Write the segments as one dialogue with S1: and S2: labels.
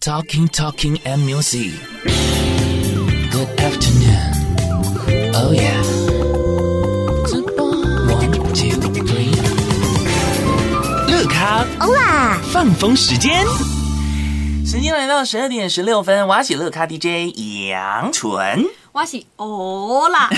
S1: Talking, talking and music. Good afternoon. Oh yeah. 直播 one two three. 乐咖
S2: 欧啦，
S1: 放风时间，时间来到十二点十六分，瓦喜乐咖 DJ 杨纯。
S2: 我是欧啦，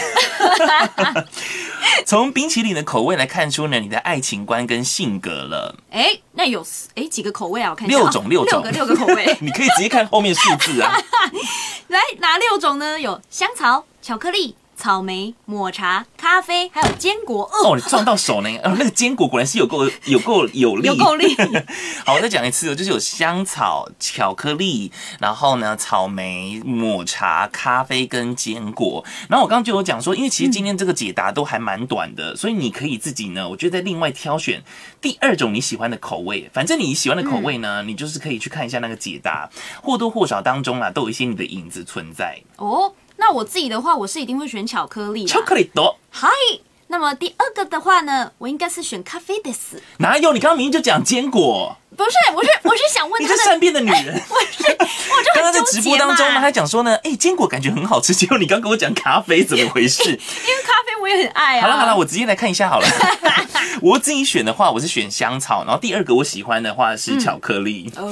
S1: 从冰淇淋的口味来看出呢，你的爱情观跟性格了。
S2: 哎、那有哎、几个口味啊？我看一下
S1: 六种
S2: 哦
S1: 六种，
S2: 六个六个口味
S1: 你可以直接看后面数字啊。
S2: 来哪六种呢？有香草、巧克力、草莓、抹茶、咖啡，还有坚果。哦，
S1: 哦，你撞到手呢！哦，那个坚果果然是有够有够有力，
S2: 有够力。
S1: 好，我再讲一次哦，就是有香草、巧克力，然后呢，草莓、抹茶、咖啡跟坚果。然后我刚刚就有讲说，因为其实今天这个解答都还蛮短的，所以你可以自己呢，我觉得再另外挑选第二种你喜欢的口味。反正你喜欢的口味呢，你就是可以去看一下那个解答，或多或少当中啊，都有一些你的影子存在。
S2: 哦，那我自己的话，我是一定会选巧克力啦。
S1: 巧克力多
S2: 嗨，那么第二个的话呢，我应该是选咖啡的死。
S1: 哪有？你刚刚明明就讲坚果，
S2: 不是，我是 我是想问
S1: 你
S2: 他
S1: 这善
S2: 的，
S1: 变的女人。
S2: 我是我就
S1: 刚刚
S2: 很
S1: 在
S2: 纠
S1: 直播
S2: 结
S1: 当
S2: 嘛，
S1: 中呢，他讲说呢，哎、坚果感觉很好吃，结果你刚跟我讲咖啡，怎么回事？
S2: 因为咖啡我也很爱啊。
S1: 好了好了，我直接来看一下好 了。 我自己选的话，我是选香草，然后第二个我喜欢的话是巧克力。
S2: 哦，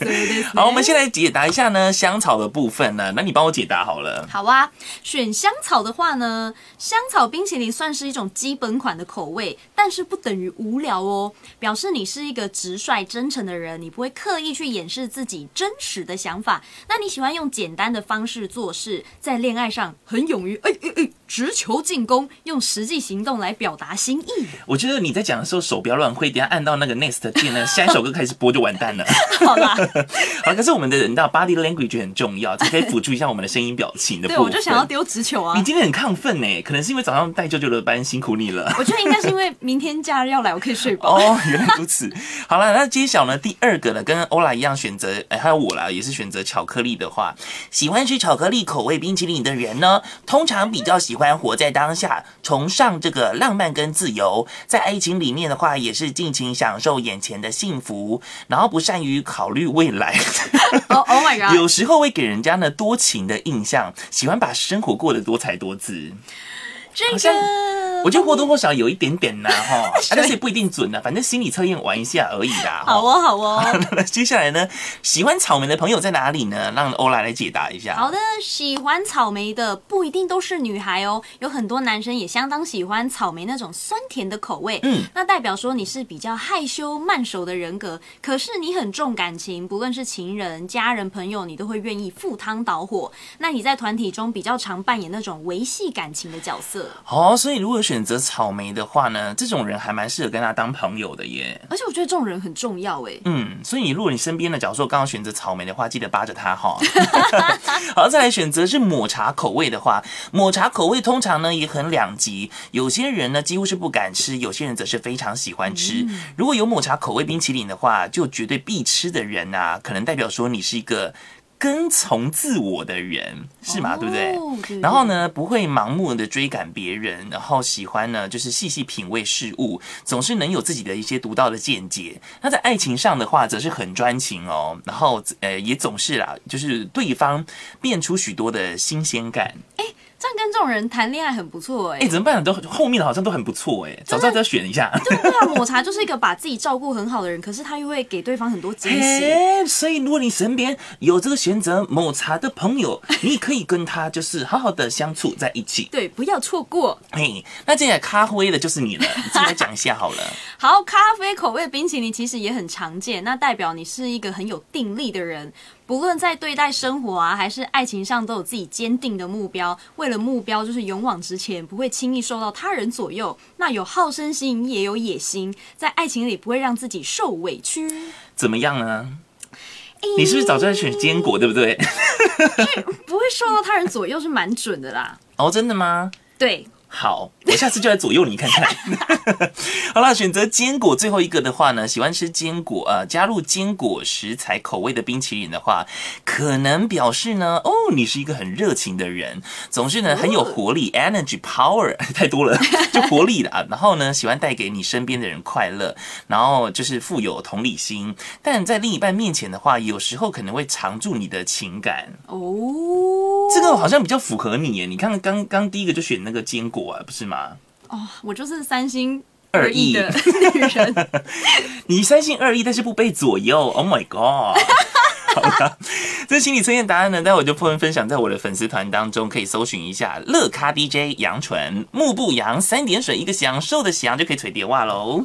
S2: 对对。
S1: 好，我们先来解答一下呢香草的部分呢，那你帮我解答好了。
S2: 好啊，选香草的话呢，香草冰淇淋算是一种基本款的口味，但是不等于无聊哦，表示你是一个直率真诚的人，你不会刻意去掩饰自己真实的想法。那你喜欢用简单的方式做事，在恋爱上很勇于哎哎哎直球进攻，用实际行动来表达心意。
S1: 我觉得你在讲的时候手不要乱挥，等一下按到那个 next 键 呢，下一首歌开始播就完蛋了。
S2: 好啦，
S1: 好，可是我们的人道 body language 很重要，才可以辅助一下我们的声音表情的部
S2: 对
S1: 分。
S2: 我就想要丢直球啊
S1: 你。今天很亢奋呢，可能是因为早上带舅舅的班，辛苦你了。
S2: 我觉得应该是因为明天假日要来，我可以睡饱。
S1: 哦， 原来如此。好了，那揭晓呢？第二个呢，跟欧拉一样选择，哎，还有我啦，也是选择巧克力的话，喜欢吃巧克力口味冰淇淋的人呢，通常比较喜欢活在当下，崇尚这个浪漫跟自由，在爱情里面的话，也是尽情享受眼前的幸福，然后不善于考虑未来。
S2: 哦、oh, my god！
S1: 有时候会给人家呢多情的印象，喜欢把生活过得多才多姿。
S2: 这
S1: 好像
S2: 个
S1: 我觉得或多或少有一点点啦，哈，啊但是也不一定准啦，反正心理测验玩一下而已啦。哈
S2: 好哦，好哦。
S1: 那 接下来呢？喜欢草莓的朋友在哪里呢？让欧拉来解答一下。
S2: 好的，喜欢草莓的不一定都是女孩哦，有很多男生也相当喜欢草莓那种酸甜的口味。
S1: 嗯，
S2: 那代表说你是比较害羞慢熟的人格，可是你很重感情，不论是情人、家人、朋友，你都会愿意赴汤蹈火。那你在团体中比较常扮演那种维系感情的角色，
S1: 哦，所以如果选择草莓的话呢，这种人还蛮适合跟他当朋友的耶。
S2: 而且我觉得这种人很重要哎。
S1: 嗯，所以你如果你身边的假如说刚好选择草莓的话，记得扒着它哈。 好，再来选择是抹茶口味的话，抹茶口味通常呢也很两极，有些人呢几乎是不敢吃，有些人则是非常喜欢吃。如果有抹茶口味冰淇淋的话，就绝对必吃的人啊，可能代表说你是一个。跟从自我的人是吗？对不对？
S2: 哦对
S1: 然后呢，不会盲目的追赶别人，然后喜欢呢，就是细细品味事物，总是能有自己的一些独到的见解。那在爱情上的话，则是很专情哦，然后呃，也总是啦，就是对方变出许多的新鲜感。
S2: 这样跟这种人谈恋爱很不错哎
S1: 哎、。怎么办？都后面的好像都很不错哎、早知道就要选一下。
S2: 对啊，抹茶就是一个把自己照顾很好的人，可是他又会给对方很多惊喜。
S1: 哎、所以如果你身边有这个选择抹茶的朋友，你可以跟他就是好好的相处在一起。
S2: 对，不要错过。
S1: 嘿，那接下来咖啡的就是你了，你自己来讲一下好了。
S2: 好，咖啡口味冰淇淋其实也很常见，那代表你是一个很有定力的人，不论在对待生活啊，还是爱情上，都有自己坚定的目标。为了目标，就是勇往直前，不会轻易受到他人左右。那有好胜心，也有野心，在爱情里不会让自己受委 屈。
S1: 怎么样呢？你是不是早就在选坚果，对不对？
S2: 哎不会受到他人左右是蛮准的啦。
S1: 哦，真的吗？
S2: 对，
S1: 好，我下次就来左右你看 看。好了，选择坚果最后一个的话呢，喜欢吃坚果，呃，加入坚果食材口味的冰淇淋的话，可能表示呢，哦，你是一个很热情的人，总是呢很有活力，energy power 太多了，就活力的啊。然后呢，喜欢带给你身边的人快乐，然后就是富有同理心，但在另一半面前的话，有时候可能会藏住你的情感。
S2: 哦，
S1: 这个好像比较符合你耶，你看刚刚第一个就选那个坚果啊，不是吗？
S2: 哦，我就是三心
S1: 二
S2: 二
S1: 意
S2: 意的 女人。
S1: 你三心二意，但是不被左右。Oh my god！好 啦，这心理测验答案呢，待会就分分享在我的粉丝团当中，可以搜寻一下乐咖 DJ 杨纯，木不杨，三点水一个享受的享，就可以垂叠袜喽。